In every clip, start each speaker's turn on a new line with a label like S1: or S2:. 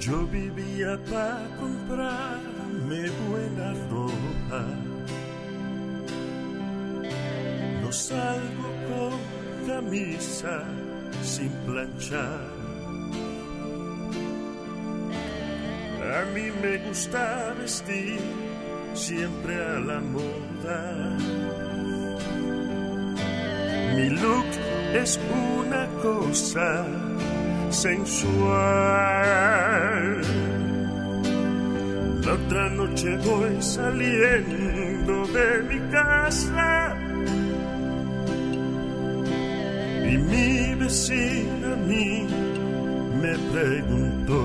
S1: Yo vivía para comprarme buena ropa. No salgo con camisa sin planchar. A mí me gusta vestir siempre a la moda. Mi look es una cosa sensual. La otra noche voy saliendo de mi casa y mi vecina a mí me preguntó.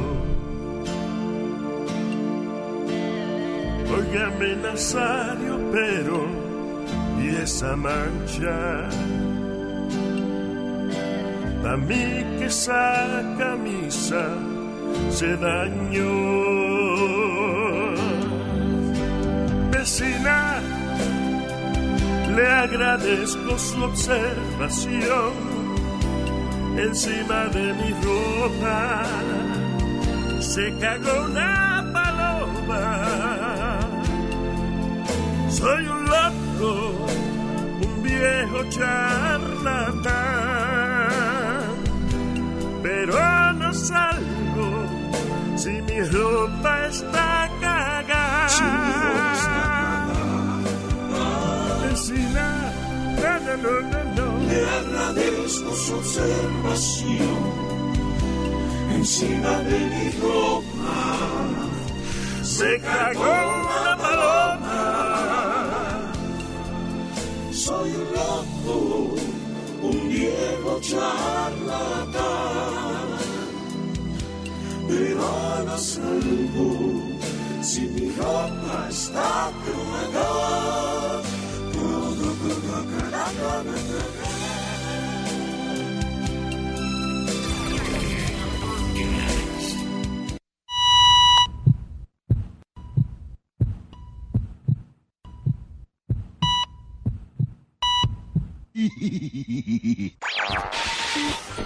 S1: Óigame Nazario, pero y esa mancha a mí que esa camisa se dañó. Vecina, le agradezco su observación encima de mi ropa. Se cagó una paloma. Soy un loco, un viejo charlatán pero no salgo si mi ropa está cagada. Si mi ropa está cagada. Vecina, no, no, no, no.
S2: Le agradezco su observación encima de mi ropa.
S1: Se cagó una paloma.
S2: Soy un loco, un viejo charlatán. Pero no salgo si mi ropa está cagada.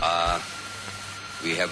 S3: Uh, we have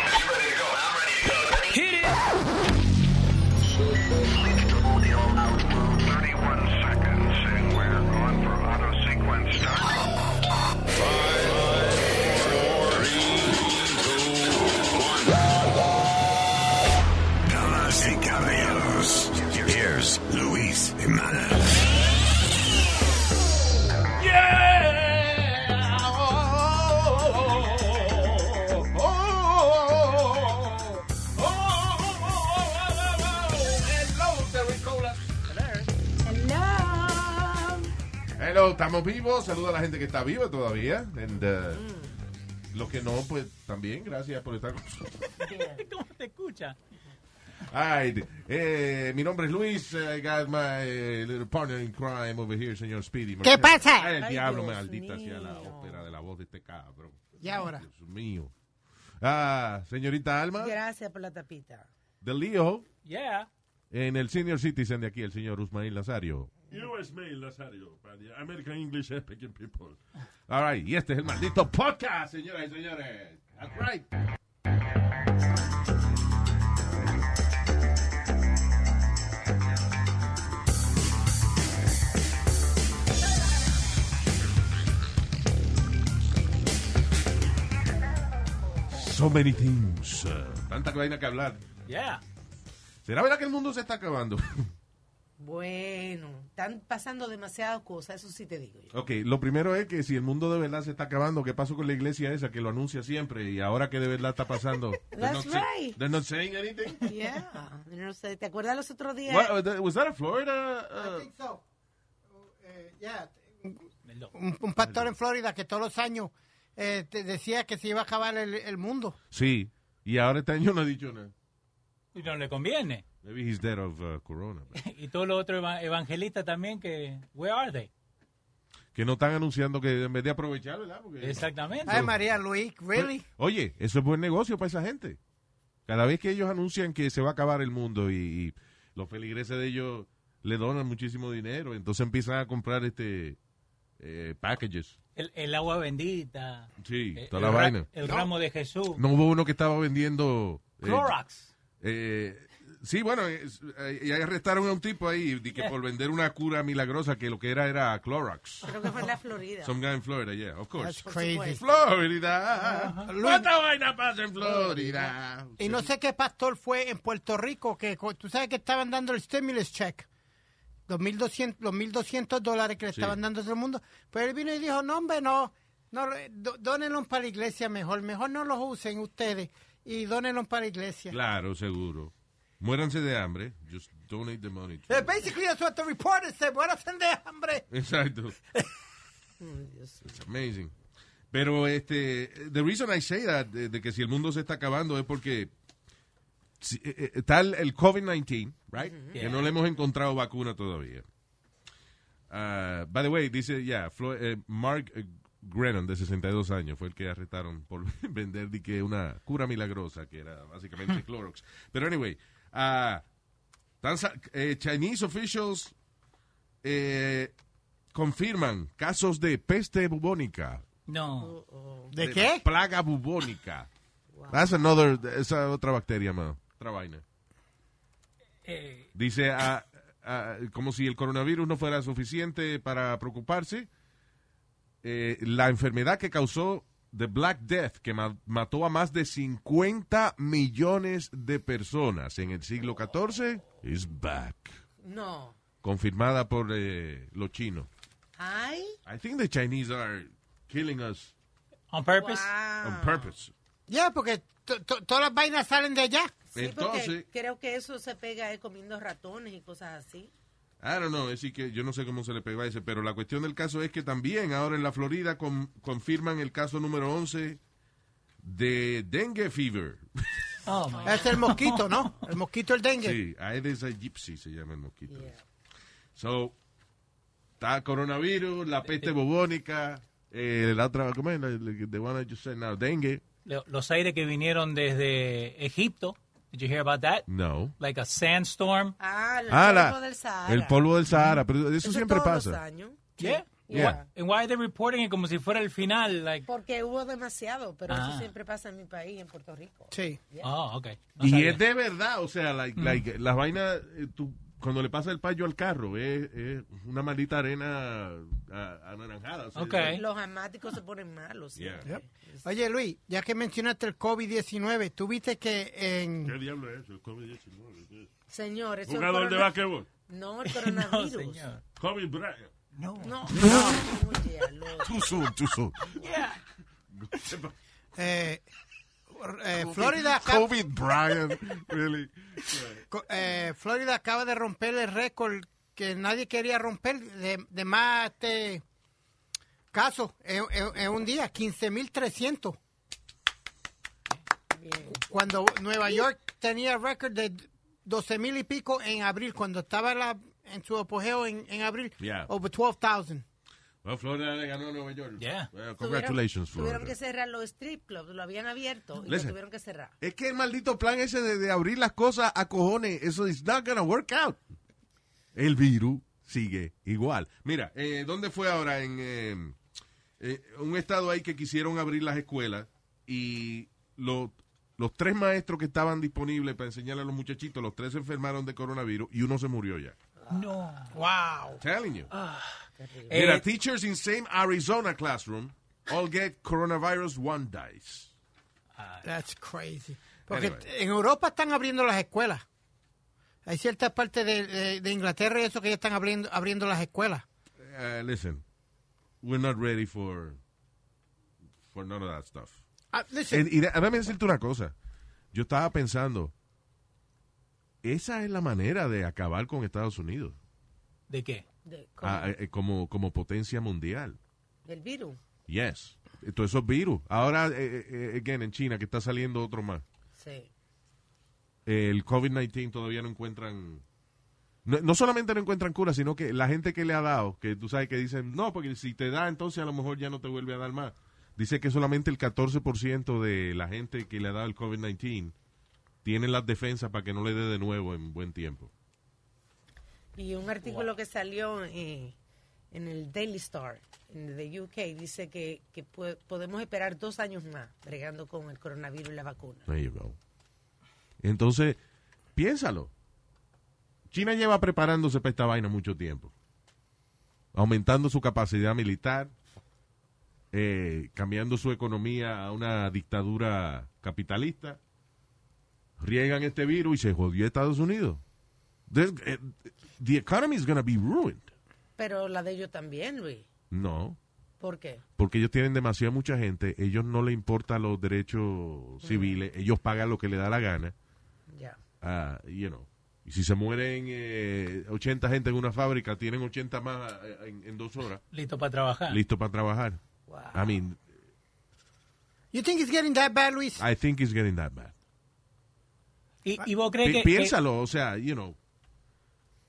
S4: Damas y caballeros, here's Luis Jimenez.
S5: Hello, estamos vivos. Saluda a la gente que está viva todavía. And, uh,
S6: Mm.
S5: Los que no, pues también gracias por estar con nosotros.
S6: ¿Cómo te escucha?
S5: All right. Eh, mi nombre es Luis. I got my eh, little partner in crime over here, señor Speedy.
S7: ¿Qué
S5: Merced.
S7: pasa?
S5: Ay, el
S6: Ay,
S5: diablo,
S6: Dios
S5: maldita sea la
S6: mío.
S5: ópera de la voz de este cabrón.
S7: ¿Y ahora?
S5: Dios mío. Ah, señorita Alma,
S6: Gracias por la tapita.
S5: de Leo,
S6: Yeah.
S5: en el Senior Citizen de aquí, el señor Usmail Nazario.
S1: U.S. Mail, Nazario, para the American English speaking people.
S5: All right, y este es el maldito podcast, señoras y señores. That's right. So many things. eh, Tanta vaina que hablar.
S6: Yeah.
S5: ¿Será verdad que el mundo se está acabando?
S7: Bueno, están pasando demasiadas cosas, eso sí te digo yo.
S5: Ok, lo primero es que si el mundo de verdad se está acabando, ¿qué pasó con la iglesia esa que lo anuncia siempre y ahora que de verdad está pasando? They're
S7: That's
S5: not say-
S7: right.
S5: They're not saying anything.
S7: Yeah. No sé, ¿te acuerdas los otros días?
S5: What, uh, that- was that a Florida? uh,
S8: I think so. Eh, yeah. un, un pastor en Florida que todos los años eh, te decía que se iba a acabar el, el mundo.
S5: sí. Y ahora este año no ha dicho nada.
S6: Y no le conviene.
S5: Maybe he's dead of uh, corona. but-
S6: Y todos los otros eva- evangelistas también que... Where are they?
S5: Que no están anunciando que en vez de aprovechar, ¿verdad? Porque-
S6: Exactamente.
S8: Ay, María Luis, really?
S5: Oye, eso es buen negocio para esa gente. Cada vez que ellos anuncian que se va a acabar el mundo y, y los feligreses de ellos le donan muchísimo dinero, entonces empiezan a comprar este eh, packages.
S6: El, el agua bendita.
S5: Sí,
S6: eh,
S5: toda la
S6: el ra-
S5: vaina.
S6: El ramo de Jesús.
S5: No hubo uno que estaba vendiendo... eh,
S6: Clorox.
S5: Eh, sí, bueno, es- eh, y ahí arrestaron a un tipo ahí de que por vender una cura milagrosa que lo que era era Clorox.
S7: Creo que fue en la Florida.
S5: Some guy in Florida, yeah, of course.
S8: That's crazy.
S5: Florida.
S8: Ajá.
S5: ¿Cuánta vaina pasa en Florida?
S8: Y no sé qué pastor fue en Puerto Rico que co- tú sabes que estaban dando el stimulus check. 2.200 los 1.200 dólares que le
S5: Sí.
S8: estaban dando a todo el mundo. Pero él vino y dijo, no, hombre, no, no re- do- dónenlos para la iglesia mejor. Mejor no los usen ustedes y dónenlos para la iglesia.
S5: Claro, seguro. Muéranse de hambre. Just donate the money. to-
S8: Eh, basically, that's what the reporter said. What hacen de hambre?
S5: Exacto. It's amazing. Pero este, the reason I say that, de, de que si el mundo se está acabando es porque si- eh, eh, está el, el COVID-19, right? Que no le hemos encontrado vacuna todavía. Ah, by the way, dice, yeah, Flo- eh, Mark eh, Grennan, de 62 años, fue el que arrestaron por vender di que una cura milagrosa, que era básicamente Clorox. Pero anyway, ah, tan sa- eh, Chinese officials eh, confirman casos de peste bubónica.
S6: No.
S8: ¿De qué?
S5: Plaga bubónica. That's another, esa otra bacteria, más. Otra vaina.
S6: Eh,
S5: Dice, ah, ah, como si el coronavirus no fuera suficiente para preocuparse, eh, la enfermedad que causó The Black Death, que ma- mató a más de 50 millones de personas en el siglo XIV, is back.
S7: No.
S5: Confirmada por eh, los chinos.
S7: Ay.
S5: I think the Chinese are killing us
S6: on purpose.
S7: Wow.
S5: on purpose.
S8: Ya, porque to- to- todas las vainas salen de allá.
S7: Sí,
S5: Entonces-
S7: porque creo que eso se pega eh, comiendo ratones y cosas así.
S5: I don't know, es decir que yo no sé cómo se le pegó a ese, pero la cuestión del caso es que también ahora en la Florida con- confirman el caso número 11 de dengue fever.
S6: Oh, my
S8: Es el mosquito, ¿no? El mosquito, el dengue.
S5: Sí, Aedes aegypti se llama el mosquito.
S7: Yeah.
S5: So, está coronavirus, la peste bubónica, eh, la otra, ¿cómo es? La- la- The one I just said now, dengue.
S6: Lo- Los aires que vinieron desde Egipto. Did you hear about that?
S5: No.
S6: Like a sandstorm.
S7: Ah, el
S5: Ah, la-
S7: polvo del Sahara.
S5: el polvo del Sahara, pero eso,
S7: Eso
S5: siempre
S7: todos los
S5: pasa.
S7: años.
S6: Yeah.
S5: Yeah.
S6: And why are they reporting it como si fuera el final? Like,
S7: Porque hubo demasiado, pero
S6: Ah.
S7: eso siempre pasa en mi país, en Puerto Rico.
S8: Sí.
S6: oh, okay. No
S5: Y este?
S6: sabía. Mm.
S5: es de verdad, o sea, like, like, las vainas, eh, tú- cuando le pasa el payo al carro, es, es una maldita arena ah, anaranjada. o sea,
S6: Ok.
S5: like,
S7: Los asmáticos se ponen malos.
S5: Yeah.
S7: siempre.
S8: Yep. Oye, Luis, ya que mencionaste el COVID-19, tú viste que en...
S5: ¿Qué diablo es eso? El COVID-19. ¿qué es?
S7: Señor, eso es
S5: Jugador de
S7: corona-
S5: básquetbol.
S7: No, el
S6: No,
S7: coronavirus.
S6: Oh, señor.
S5: Kobe Bryant.
S6: No.
S7: No, no, oye, aló.
S4: Too soon, too soon.
S8: eh, eh, Florida, acaba,
S4: COVID Brian.
S5: Really?
S8: co- eh, Florida acaba de romper el récord que nadie quería romper de, de más este, casos en, en- en un día, 15.300. Cuando Nueva York tenía récord de 12.000 y pico en abril, cuando estaba la- en su apogeo en, en abril,
S5: Yeah.
S8: over 12,000.
S5: Well, Florida le ganó a Nueva York.
S6: Yeah.
S5: Well, congratulations,
S7: tuvieron,
S5: Florida.
S7: tuvieron que cerrar los strip clubs, lo habían abierto y lo
S5: Listen.
S7: tuvieron que cerrar.
S5: Es que el maldito plan ese de, de abrir las cosas a cojones, eso is not gonna work out. El virus sigue igual. Mira, eh, ¿dónde fue ahora? En eh, eh, un estado ahí que quisieron abrir las escuelas y lo- los tres maestros que estaban disponibles para enseñarle a los muchachitos, los tres se enfermaron de coronavirus y uno se murió ya.
S6: No.
S8: ¡Wow!
S5: Telling you. Mira,
S6: Eh,
S5: teachers in same Arizona classroom all get coronavirus, one dies.
S8: That's crazy. Porque
S5: Anyway.
S8: t- en Europa están abriendo las escuelas. Hay ciertas partes de, de- de Inglaterra y eso que ya están abriendo, abriendo las escuelas.
S5: uh, listen, we're not ready for for none of that stuff.
S8: Ah, listen,
S5: And, y de- déjame decirte una cosa. Yo estaba pensando, esa es la manera de acabar con Estados Unidos
S6: ¿De qué?
S7: De- con
S5: ah, eh, eh, como, como potencia mundial.
S7: El virus.
S5: Yes. Eh, Todos esos virus. Ahora, eh, eh, eh, again, en China, que está saliendo otro más.
S7: Sí.
S5: El COVID-19 todavía no encuentran... No, no solamente no encuentran cura, sino que la gente que le ha dado, que tú sabes que dicen, no, porque si te da, entonces a lo mejor ya no te vuelve a dar más. Dice que solamente el 14% de la gente que le ha dado el COVID-19 tiene las defensas para que no le dé de nuevo en buen tiempo.
S7: Y un artículo que salió eh, en el Daily Star en de UK dice que, que po- podemos esperar dos años más bregando con el coronavirus y la vacuna.
S5: There you go. Entonces, piénsalo. China lleva preparándose para esta vaina mucho tiempo. Aumentando su capacidad militar, eh, cambiando su economía a una dictadura capitalista. Riegan este virus y se jodió Estados Unidos. There's- eh, the economy is going be ruined.
S7: Pero la de ellos también, Luis.
S5: No,
S7: ¿Por qué?
S5: porque ellos tienen demasiada mucha gente, ellos no les importan los derechos civiles, ellos pagan lo que les da la gana.
S7: Ya.
S5: Ah, you know. Y si se mueren eh, 80 gente en una fábrica, tienen 80 más eh, en, en dos horas,
S6: Listo para trabajar.
S5: listo para trabajar.
S7: Wow.
S5: I mean,
S8: You think it's getting that bad, Luis?
S5: I think it's getting that bad.
S6: ¿Y, y vos crees
S5: Pi-
S6: que,
S5: piénsalo, o sea, you know.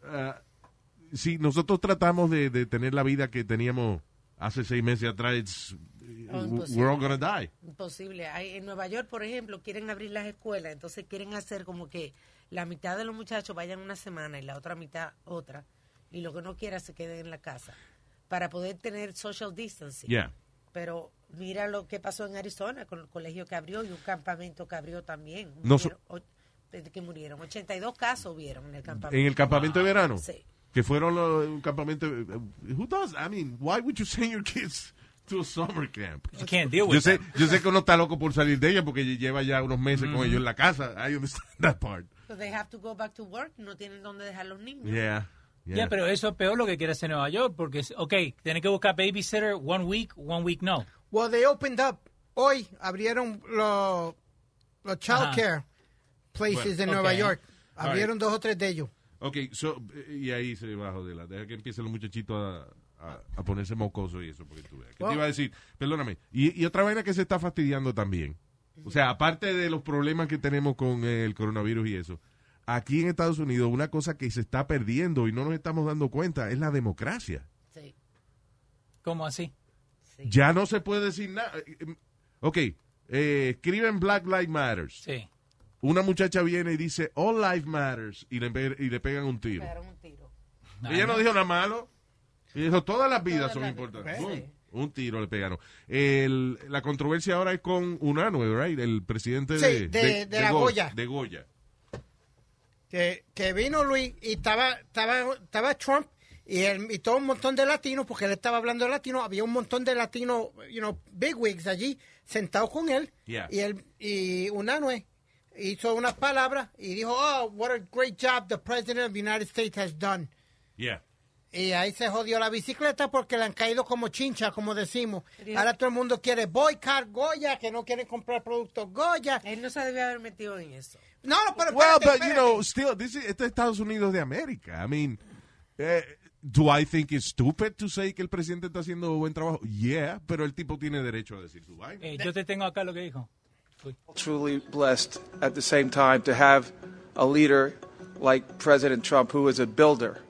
S5: ah, si nosotros tratamos de, de tener la vida que teníamos hace seis meses atrás, it's-
S7: Oh, imposible.
S5: we're all gonna die.
S7: Imposible. Hay- en Nueva York, por ejemplo, quieren abrir las escuelas, entonces quieren hacer como que la mitad de los muchachos vayan una semana y la otra mitad otra, y lo que no quiera se queden en la casa para poder tener social distancing.
S5: Yeah.
S7: Pero mira lo que pasó en Arizona con el colegio que abrió y un campamento que abrió también.
S5: No so-
S7: Murieron och- que murieron. 82 casos vieron en el campamento.
S5: En el campamento de verano.
S7: Sí.
S5: Que fueron los un campamento. eh, Who does? I mean, why would you send your kids to a summer camp?
S6: You can't deal with
S5: Yo sé,
S6: that.
S5: yo sé que uno está loco por salir de ella porque lleva ya unos meses con ellos en la casa. I understand that part.
S7: So they have to go back to work. No tienen dónde dejar los niños.
S5: Yeah.
S6: Ya, pero eso es peor lo que quiere hacer Nueva York, porque, es- ok, tenés que buscar babysitter one week, one week no.
S8: Well, they opened up. Hoy abrieron los los child
S6: Ajá.
S8: care places en
S6: Bueno,
S8: Nueva
S6: ok.
S8: York.
S5: All
S8: Abrieron dos o tres de ellos.
S5: Ok, so, eh, y ahí se bajó de la. Deja que empiece los muchachitos a, a- a ponerse mocoso y eso, porque tú veas. ¿Qué te
S8: Well-
S5: iba a decir? Perdóname. Y, y otra vaina que se está fastidiando también. O sea, aparte de los problemas que tenemos con eh, el coronavirus y eso, aquí en Estados Unidos, una cosa que se está perdiendo y no nos estamos dando cuenta es la democracia.
S7: Sí,
S6: ¿Cómo así?
S7: sí.
S5: Ya no se puede decir nada. Eh, eh, Ok, eh, escriben Black Lives Matters.
S6: Sí.
S5: Una muchacha viene y dice All Life Matters y le, pe- y le pegan un tiro.
S7: Pegaron un tiro.
S5: Ella no dijo nada malo. Ella dijo todas las vidas
S7: Todas
S5: son
S7: las
S5: importantes.
S7: vidas.
S5: Boom. Un tiro le pegaron. El- la controversia ahora es con Unanue, right? El presidente
S8: Sí,
S5: de,
S8: de- de la
S5: Go-
S8: Goya.
S5: De Goya.
S8: Que, que vino Luis y estaba, estaba, estaba Trump y, él, y todo un montón de latinos, porque él estaba hablando de latinos, había un montón de latinos, you know, bigwigs allí, sentados con él.
S5: Yeah.
S8: Y él, y Unanue hizo unas palabras y dijo, oh, what a great job the president of the United States has done.
S5: Yeah.
S8: Y ahí se jodió la bicicleta porque le han caído como chincha, como decimos.
S7: Pero-
S8: Ahora todo el mundo quiere boycott Goya, que no quieren comprar productos Goya.
S7: Él no se debía haber metido en eso.
S8: No, no, pero
S5: Well,
S8: espérate,
S5: but you
S8: espérate.
S5: know, still, this is, este es Estados Unidos de América. I mean, eh, do I think it's stupid to say que el presidente está haciendo buen trabajo? Yeah, pero el tipo tiene derecho a decir su vaina.
S6: Eh, yo te tengo acá lo que dijo.
S9: truly blessed at the same time to have a leader like President Trump who is a builder.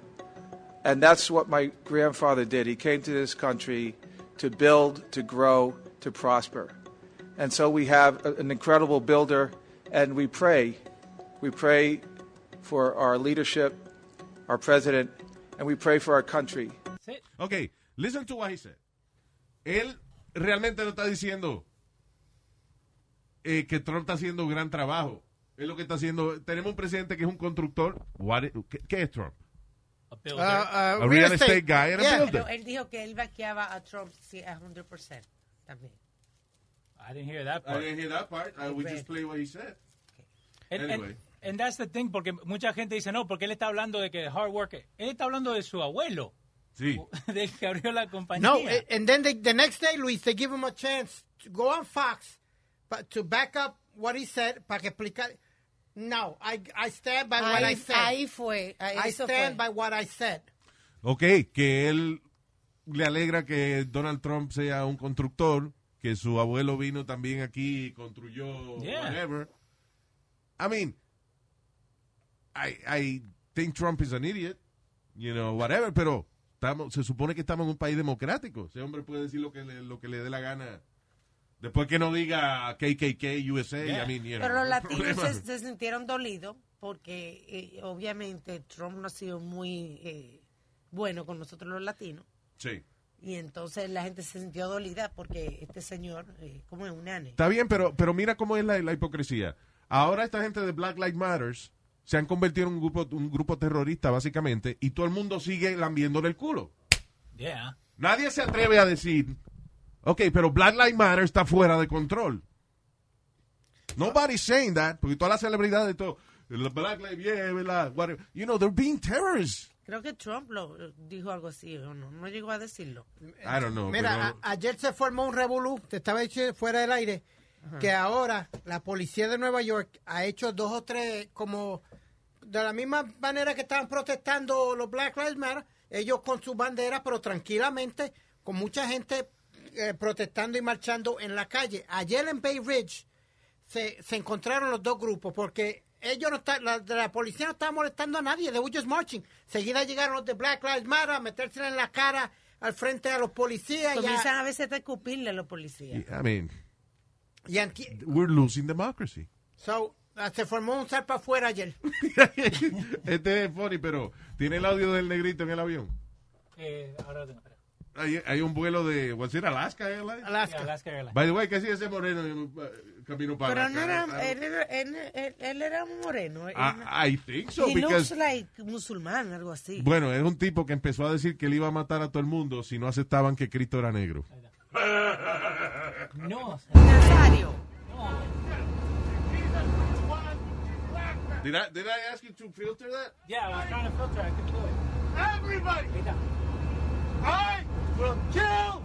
S9: And that's what my grandfather did. He came to this country to build, to grow, to prosper. And so we have a- an incredible builder, and we pray. We pray for our leadership, our president, and we pray for our country.
S6: Sí.
S5: Ok, listen to what he said. Él realmente no está diciendo eh, que Trump está haciendo un gran trabajo. Es lo que está haciendo. Tenemos un presidente que es un constructor. What i- ¿qué, qué es Trump?
S6: A builder.
S8: Ah, ah,
S5: uh, A real estate guy and a builder.
S7: Pero él dijo que él vaqueaba a Trump sí, a 100% también.
S6: I didn't hear that part.
S5: hear that part. I
S7: would just
S5: play what he said.
S6: And, and-
S5: Anyway.
S6: and that's the thing, porque mucha gente dice, no, porque él está hablando de que hard worker. Él está hablando de su abuelo,
S5: Sí.
S6: del que abrió la compañía.
S8: No, eh, a- and then they, the next day, Luis, they give him a chance to go on Fox but to back up what he said, para que explicar. No, I, I stand by what I
S7: Ahí,
S8: said.
S7: ahí fue. ahí
S8: I
S7: eso fue.
S8: stand by what I said.
S5: Ok, que él le alegra que Donald Trump sea un constructor, que su abuelo vino también aquí y construyó
S6: Yeah.
S5: whatever. I mean, I, I think Trump is an idiot, you know, whatever, pero estamos, se supone que estamos en un país democrático. Ese hombre puede decir lo que le, lo que le dé la gana. Después que no diga KKK, USA,
S6: Yeah.
S5: I mean, you know,
S7: Pero los
S5: no
S7: latinos
S5: problema.
S7: se, se sintieron dolidos porque eh, obviamente Trump no ha sido muy eh, bueno con nosotros los latinos.
S5: Sí.
S7: Y entonces la gente se sintió dolida porque este señor, eh, como es un nane.
S5: Está bien, pero, pero mira cómo es la, la hipocresía. Ahora esta gente de Black Lives Matters se han convertido en un grupo, un grupo terrorista, básicamente, y todo el mundo sigue lambiéndole el culo.
S6: Yeah.
S5: Nadie se atreve a decir, ok, pero Black Lives Matter está fuera de control. Nobody's saying that, porque todas las celebridades, todo, el Black Lives yeah, la- whatever. you know, they're being terrorists.
S7: Creo que Trump lo eh, dijo algo así, o no, no llegó a decirlo.
S5: I don't know.
S8: Mira,
S5: pero-
S8: a- ayer se formó un revolú, te estaba diciendo fuera del aire, que ahora la policía de Nueva York ha hecho dos o tres, como de la misma manera que estaban protestando los Black Lives Matter, ellos con sus banderas, pero tranquilamente, con mucha gente eh, protestando y marchando en la calle. Ayer en Bay Ridge se, se encontraron los dos grupos, porque ellos no está, la, la policía no estaba molestando a nadie, they were just marching. Seguida llegaron los de Black Lives Matter a meterse en la cara al frente a los policías. y a-
S7: Comienzan a veces a escupirle a los policías.
S5: I mean,
S8: y anti-
S5: we're losing democracy.
S8: so, ah, se formó un zarpa afuera ayer.
S5: este es funny, pero ¿tiene el audio del negrito en el avión?
S6: Eh, ahora lo tengo. espera.
S5: Hay, hay un vuelo de, ¿what's it, Alaska Airlines?
S6: Yeah,
S8: Alaska.
S6: Alaska Airlines.
S5: By the way, ¿qué hacía ese moreno en un, eh, camino para
S7: Pero no
S5: acá?
S7: era,
S5: I-
S7: él, era, él, él- él era un moreno. él no-
S5: Ah, I, I think so,
S7: He
S5: because...
S7: looks like musulmán, algo así.
S5: Bueno, es un tipo que empezó a decir que él iba a matar a todo el mundo si no aceptaban que Cristo era negro.
S6: No,
S7: Nazario.
S5: Did I, did I ask you to filter that?
S6: yeah, I'm trying to filter. I couldn't do it.
S2: Everybody! I will kill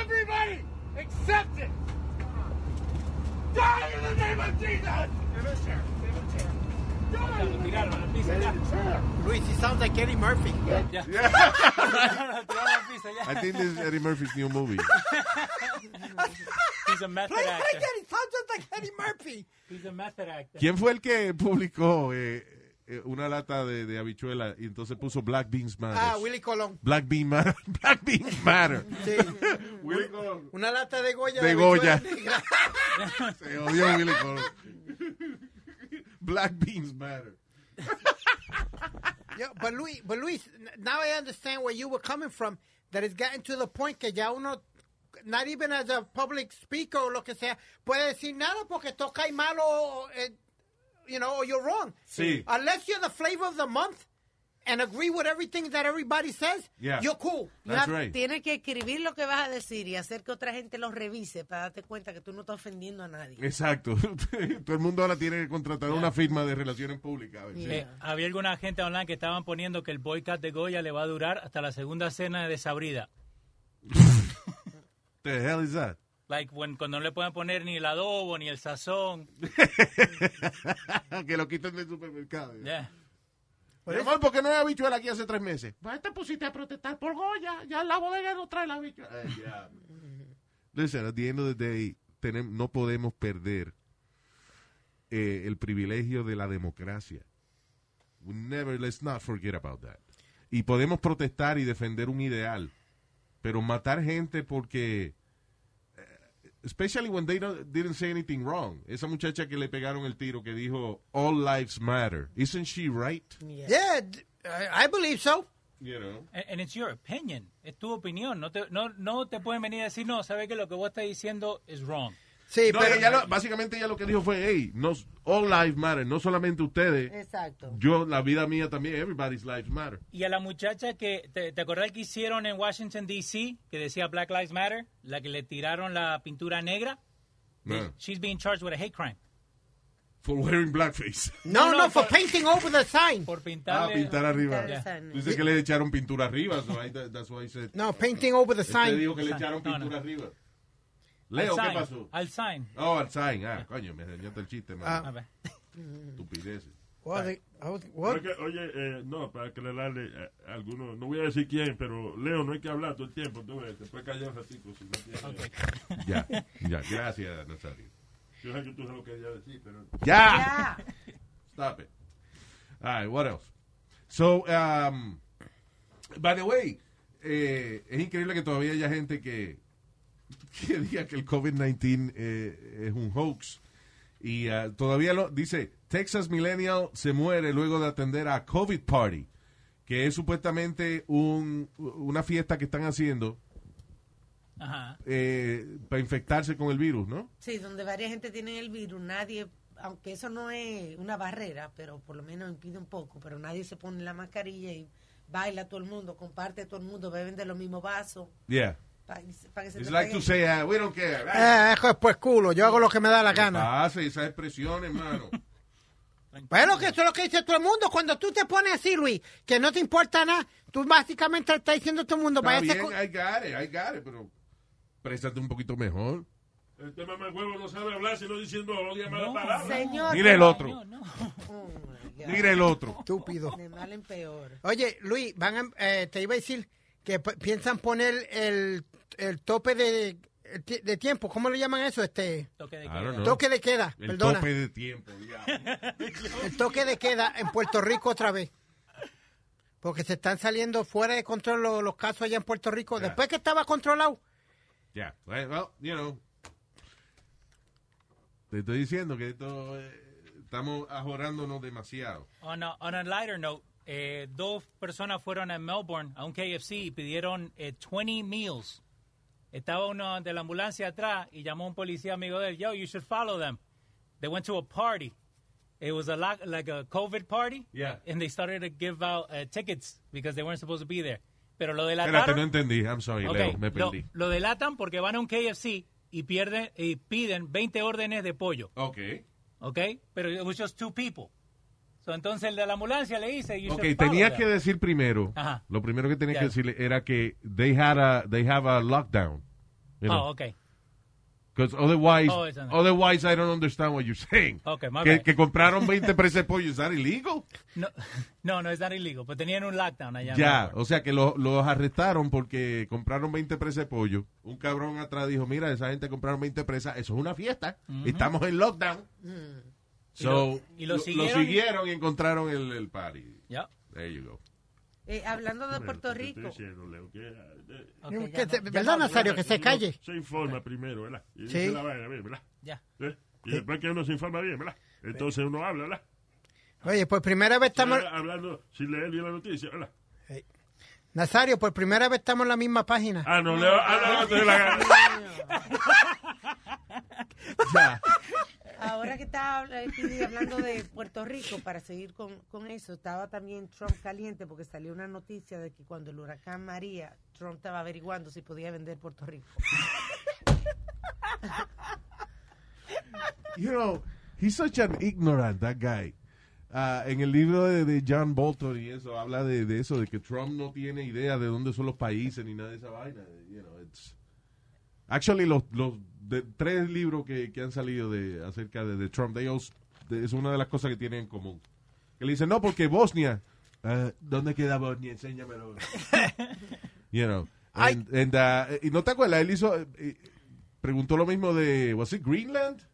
S2: everybody except it! Die in the name of Jesus! Die in the name
S6: Tiraron la pizza ya.
S8: Luis, he sounds like Eddie Murphy.
S6: Tiraron la pizza
S5: I
S6: ya.
S5: think this is Eddie Murphy's new movie.
S6: He's a method
S8: Play it
S6: actor.
S8: again, he sounds just like Eddie Murphy.
S6: He's a method actor.
S5: ¿Quién fue el que publicó eh, eh, una lata de, de habichuela y entonces puso Black Beans Matter?
S8: Ah, Willy Colón.
S5: Black, Bean Matter. Black Beans Matter.
S8: Sí.
S5: Willy Colón.
S8: Una lata de Goya.
S5: De
S8: habichuela
S5: Goya.
S8: negra.
S5: Se odió Willy Colón. Black Beans Matter.
S8: Yeah, but Luis, but Luis, n- now I understand where you were coming from. That it's gotten to the point que ya uno, not even as a public speaker o lo que sea, puede decir nada porque toca y malo, o, eh, you know, or you're wrong.
S5: Sí.
S8: Unless you're the flavor of the month and agree with everything that everybody says,
S5: Yeah.
S8: you're cool.
S5: That's
S7: Tienes
S5: right.
S7: que escribir lo que vas a decir y hacer que otra gente lo revise para darte cuenta que tú no estás ofendiendo a nadie.
S5: Exacto. Todo el mundo ahora tiene que contratar una firma de relaciones públicas. a ver si-
S6: Eh, había alguna gente online que estaban poniendo que el boycott de Goya le va a durar hasta la segunda cena de desabrida.
S5: The hell is that?
S6: Like, when, cuando no le pueden poner ni el adobo, ni el sazón.
S5: que lo quiten del supermercado.
S6: Yeah.
S5: Mi amor, ¿por qué no hay habichuela aquí hace tres meses? Pues te pusiste a protestar por Goya. Ya la bodega no trae la habichuela. Ay, ya. Listen, at the end of the day, tenem- no podemos perder eh, el privilegio de la democracia. We never, let's not forget about that. Y podemos protestar y defender un ideal, pero matar gente porque... eh, Especially when they don't- didn't say anything wrong. Esa muchacha que le pegaron el tiro que dijo, All lives matter. Isn't she right?
S8: Yeah, d- I I believe so.
S5: You know.
S6: And and it's your opinion. Es tu opinión. No te, no, no te pueden venir a decir, no, sabes que lo que vos estás diciendo es wrong.
S8: Sí,
S5: No,
S8: pero
S5: ella lo- básicamente ella lo que dijo fue, hey, no, all lives matter, no solamente ustedes,
S7: Exacto.
S5: yo, la vida mía también, everybody's lives matter.
S6: Y a la muchacha que, ¿te, te acordás que hicieron en Washington, D.C., que decía Black Lives Matter, la que le tiraron la pintura negra?
S5: No.
S6: She's being charged with a hate crime.
S5: For wearing blackface.
S8: no,
S6: no,
S8: no, for painting over the sign.
S6: Por
S5: Ah,
S6: pintarle...
S5: pintar arriba.
S7: Pintar el
S5: Dice que le echaron pintura arriba, so I- that- that's why I said.
S8: No, painting over the
S5: Este
S8: sign.
S5: dijo que le echaron
S6: No, no.
S5: pintura arriba.
S6: al
S5: Leo, ¿qué
S6: sign,
S5: pasó?
S6: Al sign.
S5: Oh, al sign. Ah, coño, me dañaste el chiste,
S6: A
S8: Ah.
S5: man.
S6: ver.
S5: Estupideces.
S8: Well, they- I was- what?
S10: Creo que- oye, eh, no, para aclararle eh, a alguno, no voy a decir quién, pero Leo, no hay que hablar todo el tiempo, tú ves, te puedes callar un ratico si no tienes.
S5: Ya, ya, gracias, Nazario.
S10: Yo sé que tú sabes lo que quería decir, pero...
S5: Ya.
S7: Ya.
S5: Stop it. All right, what else? So, um, by the way, eh, es increíble que todavía haya gente que, que diga que el COVID-19 eh, es un hoax. Y ah, todavía lo dice, Texas Millennial se muere luego de atender a COVID Party, que es supuestamente un, una fiesta que están haciendo
S6: Ajá.
S5: eh, para infectarse con el virus, ¿no?
S7: Sí, donde varias gente tiene el virus, nadie, aunque eso no es una barrera, pero por lo menos impide un poco, pero nadie se pone la mascarilla y baila todo el mundo, comparte todo el mundo, beben de los mismos vasos.
S5: Yeah.
S7: Para que se
S5: It's
S7: te
S5: like to
S7: pegue.
S5: say, ah, we don't care.
S8: Eh, hijo de pues culo, yo hago lo que me da la gana.
S5: Ah, sí, esas expresiones, mano.
S8: Bueno, que eso es lo que dice todo el mundo. Cuando tú te pones así, Luis, que no te importa nada, tú básicamente le estás diciendo a todo el mundo,
S5: Está
S8: váyase
S5: bien, eh.
S8: con-
S5: I got it, I got it, pero préstate un poquito mejor.
S10: Este mamacuevo no sabe hablar, sino diciendo odia malas palabras.
S7: Señor,
S5: Mira el otro,
S6: No, no.
S7: Oh, my God.
S5: mira el otro.
S8: Estúpido.
S7: De mal en peor.
S8: Oye, Luis, van a- eh, te iba a decir que p- piensan poner el, el tope de, de tiempo. ¿Cómo le llaman eso? Este
S6: Toque de
S5: I
S6: queda.
S5: don't know.
S8: toque de queda.
S5: El
S8: perdona.
S5: tope de tiempo, diablo.
S8: El toque de queda en Puerto Rico otra vez. Porque se están saliendo fuera de control lo- los, casos allá en Puerto Rico.
S5: Ya.
S8: Después que estaba controlado.
S5: Ya, well, well, you know. Te estoy diciendo que esto eh, estamos ajorándonos demasiado.
S6: On a, on a lighter note, eh, dos personas fueron a Melbourne a un KFC y pidieron eh, 20 meals. Estaba uno de la ambulancia atrás y llamó un policía amigo de él, yo, you should follow them. They went to a party. It was a lot, like a COVID party.
S5: Yeah.
S6: And they started to give out uh, tickets because they weren't supposed to be there. Pero lo
S5: Espérate,
S6: delataron.
S5: no entendí. I'm sorry,
S6: Ok,
S5: Leo, me
S6: lo,
S5: perdí.
S6: lo delatan porque van a un KFC y, pierden, y piden 20 órdenes de pollo.
S5: Ok.
S6: ¿ok? Pero it was just two people. So, entonces el de la ambulancia le dice, you
S5: Ok,
S6: should follow
S5: tenías
S6: them.
S5: que decir primero,
S6: Ajá.
S5: lo primero que tenías
S6: Ya.
S5: que decirle era que they had a, they have a lockdown. You know?
S6: Oh, ok.
S5: Because otherwise,
S6: Oh, it's not-
S5: otherwise I don't understand what you're saying.
S6: Okay, my
S5: que,
S6: bad.
S5: que compraron 20 presas de pollo, ¿es that illegal?
S6: No, no, no es tan illegal, pero tenían un lockdown allá.
S5: Ya,
S6: en Melbourne.
S5: o sea que lo- los arrestaron porque compraron 20 presas de pollo. Un cabrón atrás dijo, mira, esa gente compraron 20 presas, eso es una fiesta, estamos en lockdown. So,
S6: Y lo- y lo
S5: lo-
S6: siguieron y-
S5: siguieron y encontraron el, el party.
S6: Ya.
S5: There you go.
S7: Eh, hablando de Puerto
S10: Te
S7: Rico,
S10: estoy diciendo, Leo, que, eh,
S6: Ok,
S8: Que
S6: ya,
S8: se-
S6: no,
S8: ¿Verdad, Nazario? Que se
S10: uno
S8: calle.
S10: Se informa primero, ¿verdad? Y
S8: Sí.
S10: dice la vaina, bien, ¿verdad?
S6: ya.
S10: ¿Eh? Y después que uno se informa bien, ¿verdad? Entonces uno habla, ¿verdad?
S8: Oye, por primera vez
S10: Estamos...
S8: estamos...
S10: hablando sin leer bien la noticia, ¿verdad?
S8: Nazario, por primera vez estamos en la misma página.
S10: Ah, no, Leo, habla de la
S5: Ya.
S7: ahora que estaba habla- Speedy, hablando de Puerto Rico, para seguir con, con eso, estaba también Trump caliente porque salió una noticia de que cuando el huracán María, Trump estaba averiguando si podía vender Puerto Rico.
S5: you know, he's such an ignorant, that guy. Ah, en el libro de, de John Bolton y eso, habla de, de eso, de que Trump no tiene idea de dónde son los países ni nada de esa vaina. You know, it's- Actually, los, los de- tres libros que, que han salido de acerca de, de Trump, they all s- de- es una de las cosas que tienen en común. Que le dicen, no, porque Bosnia. Ah, ¿Dónde queda Bosnia? Enséñamelo. you know. And- and, ah, y no te acuerdas, él hizo, eh, eh, preguntó lo mismo de, ¿was it Greenland?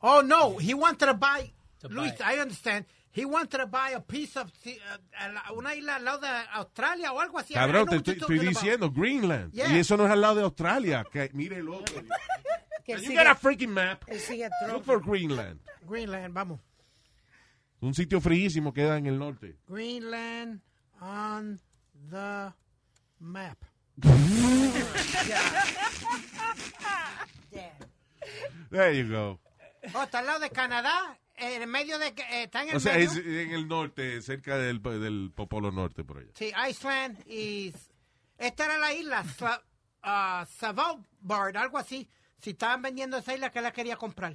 S8: Oh, no, he wanted to buy...
S6: To
S8: Luis,
S6: buy.
S8: I understand. He wanted to buy a piece of... the- uh, la- una isla al lado de Australia o algo así. I
S5: Cabrón,
S8: don't know
S5: te
S8: what
S5: estoy,
S8: you're
S5: estoy
S8: talking about.
S5: diciendo Greenland.
S8: Yeah.
S5: Y eso no es al lado de Australia. Que, mire el otro.
S7: Que
S5: You
S7: sigue,
S5: got a freaking map.
S7: él sigue a
S5: Look
S7: Trump.
S5: for Greenland.
S8: Greenland, vamos.
S5: Un sitio fríísimo queda en el norte.
S8: Greenland on the map.
S7: Yeah.
S5: There you go.
S8: Oh, está al lado de Canadá, en el medio de... eh, está en el
S5: O sea,
S8: medio.
S5: es en el norte, cerca del, del Popolo Norte, por allá.
S8: Sí, Iceland y... Esta era la isla, Sla, ah, Svalbard, algo así. Si estaban vendiendo esa isla, que la quería comprar?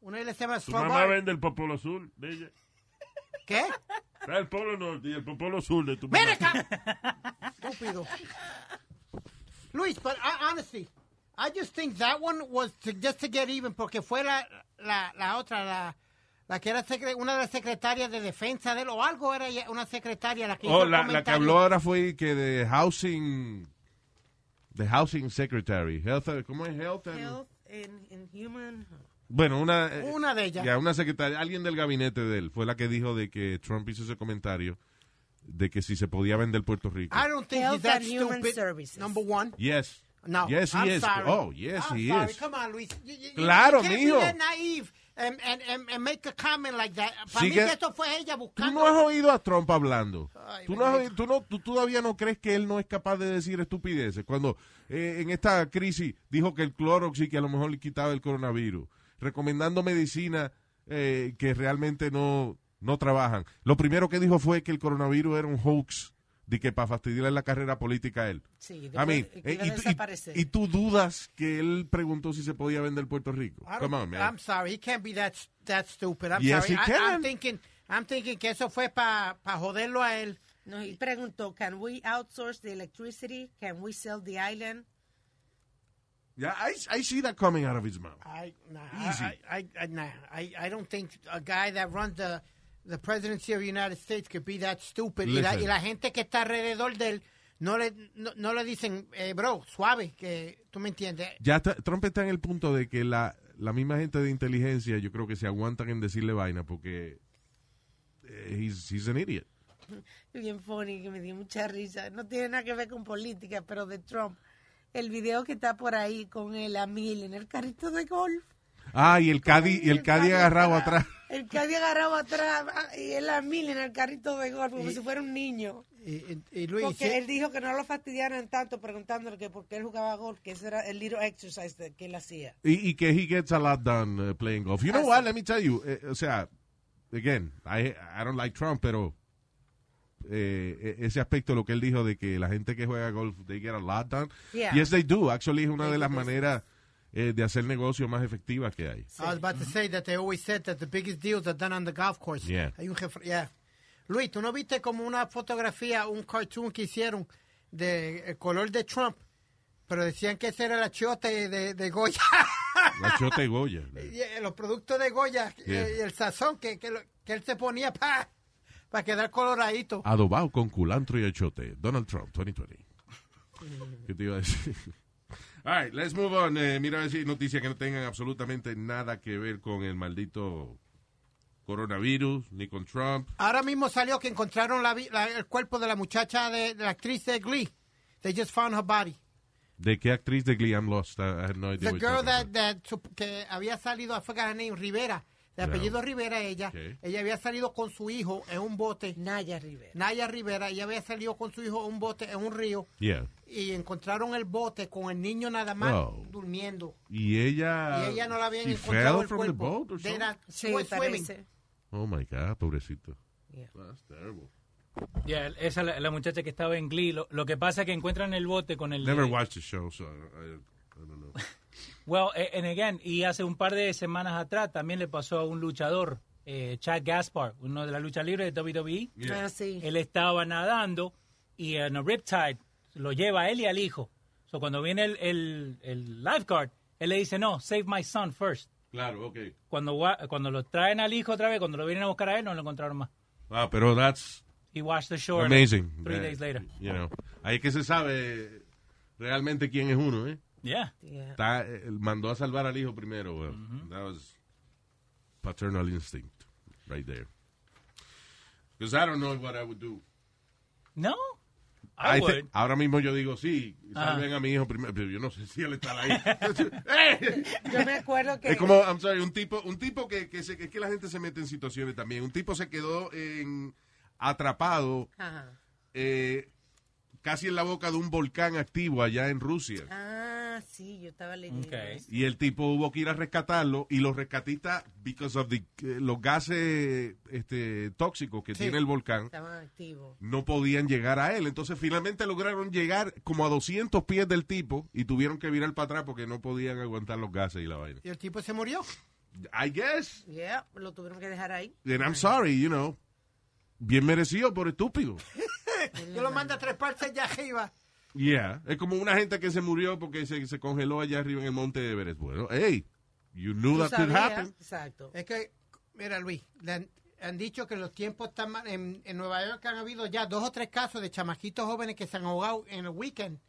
S8: Una isla se llama
S10: Tu mamá
S8: Svalbard.
S10: vende el popolo sur de ella.
S8: ¿Qué?
S10: Está el polo norte y el popolo sur de tu mamá.
S8: ¡Ven acá! Estúpido. Luis, but I, honestly, I just think that one was to- just to get even, porque fue la, la, la otra, la, la que era secre- una de las secretarias de defensa de él, o algo era ella- una secretaria la que hizo
S5: Oh,
S8: el
S5: la, la que
S8: comentario.
S5: habló ahora fue que de Housing. The Housing Secretary. Health, ¿Cómo es Health? and-
S7: Health and- and human-
S5: Bueno, una, eh,
S8: Una de ellas.
S5: Ya, una secretaria, alguien del gabinete de él fue la que dijo de que Trump hizo ese comentario de que si se podía vender Puerto Rico.
S8: I don't think he's
S7: Health
S8: that
S7: and Human
S8: stupid.
S7: Services.
S8: Number one.
S5: Yes.
S8: No.
S5: Yes, he
S8: I'm
S5: is.
S8: Sorry.
S5: Oh, yes,
S8: I'm
S5: he
S8: sorry.
S5: is.
S8: Come on, Luis. You, you,
S5: Claro,
S8: you can't
S5: mijo.
S8: Be that naive. and, and, and, and make a comment like that. Para mí
S5: Sigue-
S8: que esto fue ella
S5: Tú
S8: buscando.
S5: no has oído a Trump hablando.
S8: Ay,
S5: tú, no has
S8: bendito.
S5: oído- tú no- tú todavía no crees que él no es capaz de decir estupideces. Cuando eh, en esta crisis dijo que el Clorox y que a lo mejor le quitaba el coronavirus, recomendando medicina eh, que realmente no, no trabajan. Lo primero que dijo fue que el coronavirus era un hoax, de que para fastidiarle la carrera política a él.
S7: Sí,
S5: I mean,
S7: después-
S5: eh,
S7: que iba a
S5: y, tú- y-
S7: desaparecer.
S5: y tú dudas que él preguntó si se podía vender Puerto Rico.
S8: I don't-
S5: Come on, man.
S8: I'm sorry, he can't be that, that stupid. I'm
S5: Yes, he
S8: sorry. I-
S5: can.
S8: I'm thinking, I'm thinking que eso fue para pa joderlo a él.
S7: No, y preguntó, can we outsource the electricity? Can we sell the island?
S5: Yeah, I, I see that coming out of his mouth.
S8: I, nah,
S5: Easy.
S8: I, I, I, nah, I, I don't think a guy that runs the, the presidency of the United States could be that stupid. Y la,
S5: Listen.
S8: y la gente que está alrededor de él no le, no, no le dicen, eh, bro, suave, que tú me entiendes.
S5: ya está- Trump está en el punto de que la, la misma gente de inteligencia yo creo que se aguantan en decirle vaina porque eh, he's, he's an idiot.
S7: Y Bien funny, que me dio mucha risa. No tiene nada que ver con política, pero de Trump. El video que está por ahí con el Amil en el carrito de golf.
S5: Ah, y el Caddy, y el Caddy agarrado atrás.
S7: El Caddy agarrado atrás ah, y el Amil en el carrito de golf, como si fuera un niño.
S8: Y, y- y Eh, Luis,
S7: Porque
S8: sí,
S7: él dijo que no lo fastidiaran tanto preguntándole que por qué él jugaba golf, que ese era el little exercise de- que él hacía.
S5: Y, y que he gets a lot done uh, playing golf. You know what? Let me tell you. eh, o sea, again, I, I don't like Trump, pero eh, e- ese aspecto, lo que él dijo de que la gente que juega golf, they get a lot done.
S7: Yeah.
S5: Yes, they do. Actually, es una
S7: They
S5: de
S7: do
S5: las
S7: business.
S5: maneras eh, de hacer negocios más efectivas que hay.
S8: I was about to say that they always said that the biggest deals are done on the golf course.
S5: Yeah.
S8: Hay un jefe- yeah. Luis, ¿tú no viste como una fotografía, un cartoon que hicieron de el color de Trump? Pero decían que ese era el achiote de, de Goya.
S5: La chota y Goya.
S8: Y, eh, los productos de Goya
S5: Yeah.
S8: eh, y el sazón que, que, lo- que él se ponía para quedar coloradito.
S5: Adobado con culantro y achote. Donald Trump, 2020. ¿Qué te iba a decir? All right, let's move on. Eh, mira a ver si hay noticias que no tengan absolutamente nada que ver con el maldito coronavirus, ni con Trump.
S8: Ahora mismo salió que encontraron la vi- la- el cuerpo de la muchacha de, de la actriz de Glee. They just found her body.
S5: ¿De qué actriz de Glee I'm lost? I I had no idea
S8: The
S5: what
S8: girl
S5: you're talking
S8: that,
S5: about.
S8: that sup- que había salido, I forgot her name, Rivera. De
S5: No.
S8: apellido Rivera, ella.
S5: Okay.
S8: Ella había salido con su hijo en un bote.
S7: Naya Rivera.
S8: Naya Rivera, ella había salido con su hijo en un bote en un río.
S5: Yeah.
S8: Y encontraron el bote con el niño nada más
S5: Oh.
S8: durmiendo.
S5: Y ella...
S8: Y ella no la habían
S5: she
S8: encontrado
S5: fell
S8: el
S5: from the
S8: cuerpo.
S5: boat or
S8: They
S5: something?
S8: era-
S7: Sí,
S8: was swimming.
S7: parece. Ah,
S5: Oh, my God, pobrecito.
S7: Yeah.
S5: That's terrible.
S6: Yeah, esa es la, la muchacha que estaba en Glee. Lo, lo que pasa es que encuentran el bote con el...
S5: Never
S6: eh,
S5: watched the show, so I, I- I don't know.
S6: Well, eh, and again, y hace un par de semanas atrás también le pasó a un luchador, eh, Chad Gaspar, uno de la lucha libre de E. WWE.
S7: Ah, sí.
S6: Él estaba nadando y en el Riptide lo lleva a él y al hijo. So, cuando viene el, el, el lifeguard, él le dice, no, save my son first.
S5: Claro, okay.
S6: Cuando, gua- cuando lo traen al hijo otra vez, cuando lo vienen a buscar a él, no lo encontraron más.
S5: Ah, pero that's...
S6: He washed the shore like,
S5: Amazing.
S6: three
S5: That-
S6: days later.
S5: you know. Ahí que se sabe realmente quién es uno, ¿eh?
S6: Yeah.
S7: Yeah.
S5: Está- eh, mandó a salvar al hijo primero. well, That was paternal instinct right there. Because I don't know what I would do.
S6: No, I,
S5: I thi-
S6: would.
S5: ahora mismo yo digo, sí, salven a mi hijo primero. Pero yo no sé si él está ahí. ¡Eh!
S7: Yo me acuerdo que...
S5: Es como, I'm sorry, un tipo, un tipo que, que se- que es que la gente se mete en situaciones también. Un tipo se quedó en- atrapado
S7: Ajá.
S5: eh, casi en la boca de un volcán activo allá en Rusia.
S7: Ah, sí, yo estaba leyendo. ¿eh?
S6: Ok.
S7: eso.
S5: Y el tipo hubo que ir a rescatarlo y los rescatistas, because of the, eh, los gases este, tóxicos que tiene el volcán,
S7: Estaban activos.
S5: no podían llegar a él. Entonces finalmente lograron llegar como a 200 pies del tipo y tuvieron que virar para atrás porque no podían aguantar los gases y la vaina.
S8: Y el tipo se murió.
S5: I guess,
S7: Yeah, lo tuvieron que dejar ahí.
S5: and I'm sorry, you know, bien merecido por estúpido.
S8: Yo lo mando a tres partes allá arriba.
S5: Yeah, es como una gente que se murió porque se, se congeló allá arriba en el monte de Everest. Bueno, hey, you knew
S7: Tú
S5: that could
S7: sabías,
S5: happen.
S7: Exacto.
S8: Es que, mira, Luis, le han, han dicho que los tiempos están mal. En, en Nueva York han habido ya dos o tres casos de chamaquitos jóvenes que se han ahogado en el weekend.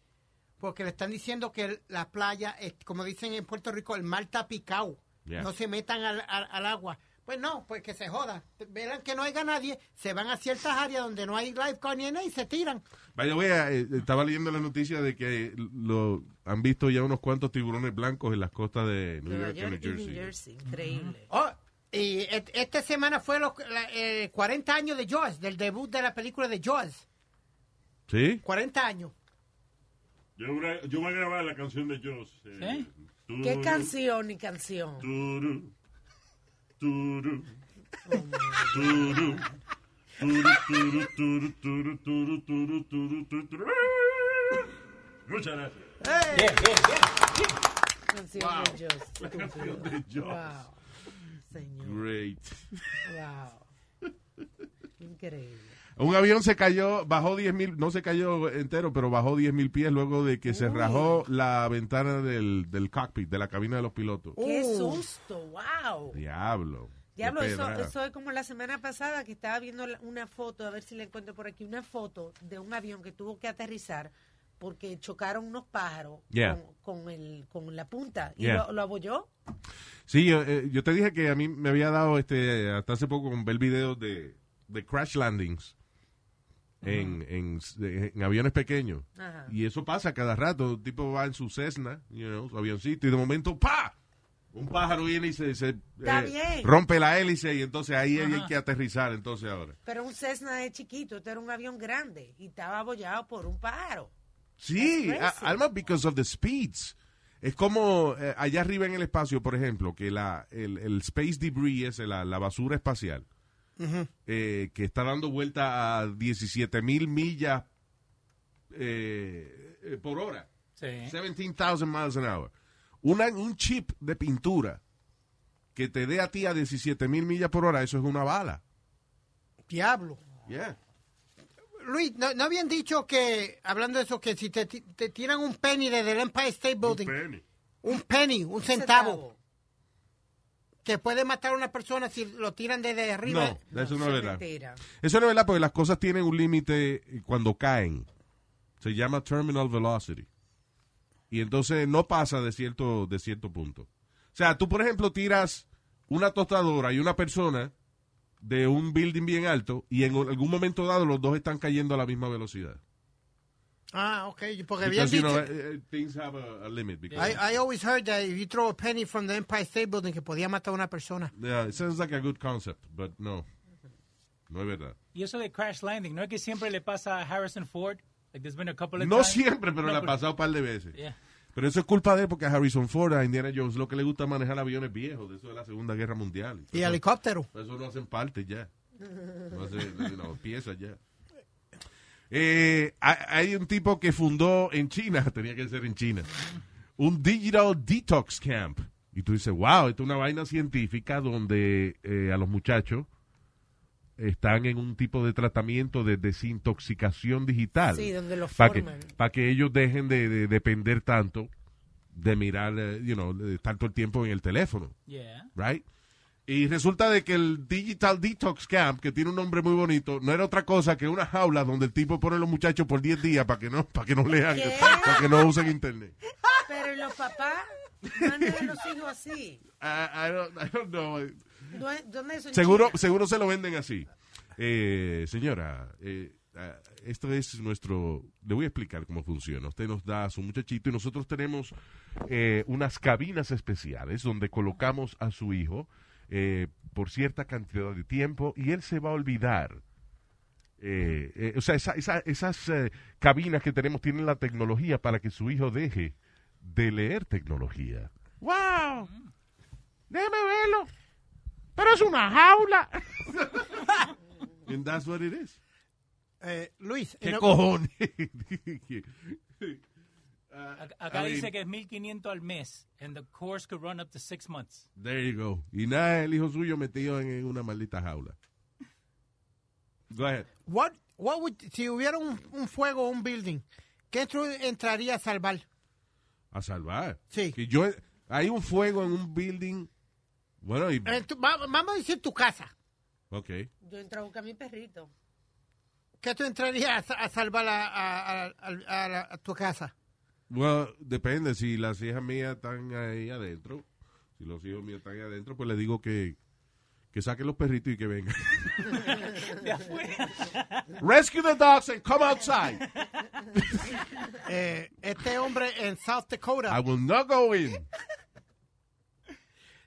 S8: Porque le están diciendo que el- la playa, es, como dicen en Puerto Rico, el mar está picado.
S5: Yeah.
S8: No se metan al, al- al agua. Pues no, pues que se joda. Verán que no haya nadie, se van a ciertas áreas donde no hay lifeguard ni nada y se tiran.
S5: By the way, eh, estaba leyendo la noticia de que lo han visto ya unos cuantos tiburones blancos en las costas de New
S7: Nueva
S5: York y
S7: York
S5: New
S7: y New
S5: Jersey.
S7: Jersey. Increíble.
S8: Oh, y et- esta semana fue los la- eh, 40 años de Jaws, del debut de la película de Jaws.
S5: ¿Sí?
S8: 40 años.
S10: Yo, voy a- yo voy a grabar la canción de Joss. eh, turu,
S7: ¿Qué canción y canción?
S10: turu, turu, turu, turu, turu, turu, turu, turu, turu, turu, turu, turu. Muchas gracias.
S7: Canción de Dios.
S10: Canción de Joss.
S7: Wow. Señor.
S5: Great.
S7: Wow. Increíble.
S5: Un avión se cayó, bajó 10 mil, no se cayó entero, pero bajó 10 mil pies luego de que se rajó la ventana del, del cockpit, de la cabina de los pilotos.
S7: Qué
S8: Uh.
S7: susto. Wow.
S5: Diablo. qué
S7: Diablo, eso,
S5: pedra.
S7: eso es como la semana pasada que estaba viendo la- una foto, a ver si la encuentro por aquí, una foto de un avión que tuvo que aterrizar porque chocaron unos pájaros
S5: Yeah.
S7: con, con el, con la punta y
S5: Yeah.
S7: lo, lo abolló.
S5: Sí, yo, eh, yo te dije que a mí me había dado este hasta hace poco con ver videos de, de crash landings en, en, en aviones pequeños.
S7: Ajá.
S5: Y eso pasa cada rato. Un tipo va en su Cessna, you know, su avioncito, y de momento ¡pa! Un pájaro viene y se, se,
S7: Está bien.
S5: rompe la hélice y entonces ahí hay que aterrizar entonces ahora.
S7: Pero un Cessna es chiquito, este era un avión grande y estaba abollado por un pájaro.
S5: Sí,
S7: That's
S5: a-
S7: crazy.
S5: Alma, because of the speeds. Es como eh, allá arriba en el espacio, por ejemplo, que la, el, el space debris, ese, la, la basura espacial, eh, que está dando vuelta a 17 mil millas eh, eh, por hora,
S6: Sí.
S5: 17,000 miles an hour. Una- un chip de pintura que te dé a ti a 17 mil millas por hora, eso es una bala.
S8: Diablo.
S5: Yeah.
S8: Luis, ¿no, no habían dicho que, hablando de eso, que si te, ti- te tiran un penny desde el Empire State Building, un,
S10: Penny.
S8: penny, un centavo, que puede matar a una persona si lo tiran desde arriba?
S5: No, eso no es verdad.
S7: Mentira.
S5: Eso no es verdad porque las cosas tienen un límite cuando caen. Se llama terminal velocity. Y entonces no pasa de cierto, de cierto punto. O sea, tú, por ejemplo, tiras una tostadora y una persona de un building bien alto y en algún momento dado los dos están cayendo a la misma velocidad.
S8: Ah, ok, porque habían
S5: Because, you
S8: dicho...
S5: know, eh, eh, things have a, a limit. because-
S8: I, I always heard that if you throw a penny from the Empire State Building, que podía matar a una persona.
S5: Yeah, it sounds like a good concept, but no. No es verdad.
S6: Y eso de crash landing, ¿no es que siempre le pasa a Harrison Ford? Like there's been a couple of
S5: No
S6: times-
S5: siempre, pero
S6: No,
S5: le ha pasado un par de veces.
S6: Yeah.
S5: Pero eso es culpa de él porque a Harrison Ford, a Indiana Jones, lo que le gusta es manejar aviones viejos, de eso de la Segunda Guerra Mundial.
S8: Y
S5: eso,
S8: helicóptero.
S5: eso no hacen parte ya. No, hace, no, piezas ya. Eh, ha- hay un tipo que fundó en China, tenía que ser en China, un Digital Detox Camp. Y tú dices, wow, esto es una vaina científica donde eh, a los muchachos están en un tipo de tratamiento de desintoxicación digital
S7: Sí, donde lo
S5: para que,
S7: forman.
S5: pa' que ellos dejen de, de depender tanto de mirar, eh, you know, de estar todo el tiempo en el teléfono,
S6: Yeah.
S5: right? Y resulta de que el Digital Detox Camp, que tiene un nombre muy bonito, no era otra cosa que una jaula donde el tipo pone a los muchachos por 10 días para que no para que no lean,
S7: ¿Qué?
S5: para que no usen internet.
S7: Pero ¿y los papás mandan a los hijos así.
S5: I- I don't- I don't know.
S7: ¿Dó- ¿Dónde es eso en
S5: Seguro,
S7: China?
S5: seguro se lo venden así. Eh, señora, eh, ah, esto es nuestro... Le voy a explicar cómo funciona. Usted nos da a su muchachito y nosotros tenemos eh, unas cabinas especiales donde colocamos a su hijo eh, por cierta cantidad de tiempo y él se va a olvidar. Eh, eh, o sea, esa- esa- esas eh, cabinas que tenemos tienen la tecnología para que su hijo deje de leer tecnología. ¡Wow! Déjeme verlo. Pero es una jaula. And that's what it is.
S8: Eh, Luis,
S5: ¿Qué
S8: no-
S5: cojones?
S6: Ac- Acá
S5: Uh, I
S6: dice
S5: mean-
S6: que es 1500 al mes. And the course could run up to six months.
S5: There you go. Y nada, el hijo suyo metido en, en una maldita jaula. Go ahead.
S8: what, what would, si hubiera un, un fuego o un building, ¿qué tú entraría a salvar?
S5: A salvar.
S8: Sí.
S5: Que yo, hay un fuego en un building. Bueno, y,
S8: En tu- Eh, va- vamos a decir tu casa.
S5: ok.
S7: Yo entro a buscar a mi perrito.
S8: ¿Qué tú entrarías a, a salvar a, a- a- a- a la- a tu casa?
S5: Well, depende. Si las hijas mías están ahí adentro, si los hijos míos están ahí adentro, pues le digo que, que saquen los perritos y que vengan.
S6: De afuera.
S5: Rescue the dogs and come outside.
S8: Eh, este hombre en South Dakota.
S5: I will not go in.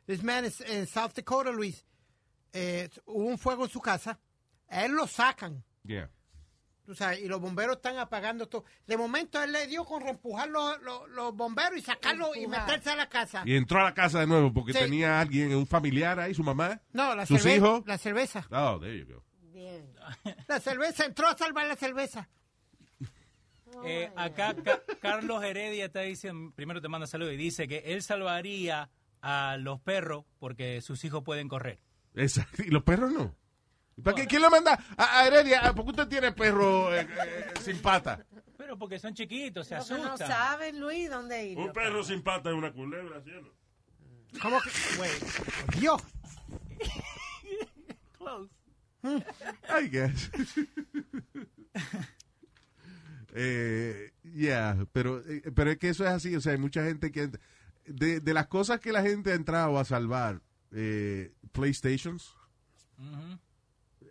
S8: This man is in South Dakota, Luis. Eh, hubo un fuego en su casa. A él lo sacan.
S5: Yeah.
S8: Tú sabes, y los bomberos están apagando todo. De momento él le dio con reempujar los, los, los bomberos y sacarlo y
S7: Empujar.
S8: meterse a la casa.
S5: Y entró a la casa de nuevo porque
S8: Sí.
S5: tenía alguien, un familiar ahí, su mamá.
S8: No, la,
S5: ¿Sus
S8: cerve-
S5: hijos?
S8: la cerveza.
S5: Oh, there you go.
S7: Bien.
S8: La cerveza. Entró a salvar la cerveza.
S6: Eh, acá Ca- Carlos Heredia está diciendo, primero te manda saludos y dice que él salvaría a los perros porque sus hijos pueden correr.
S5: Exacto. Y los perros no. ¿Y ¿Para qué? ¿Quién lo manda a, a Heredia? Ah, ¿Por qué usted tiene perro eh, eh, sin pata?
S6: Pero porque son chiquitos, se
S7: Porque no
S6: asustan.
S7: saben, Luis, dónde ir.
S10: Un perro sin pata es una culebra, cielo.
S8: ¿Cómo que? Güey, Dios.
S5: I guess. eh, yeah, pero, eh, pero es que eso es así. O sea, hay mucha gente que. ent- De, de las cosas que la gente ha entrado a salvar, eh, PlayStations,
S6: Ujú.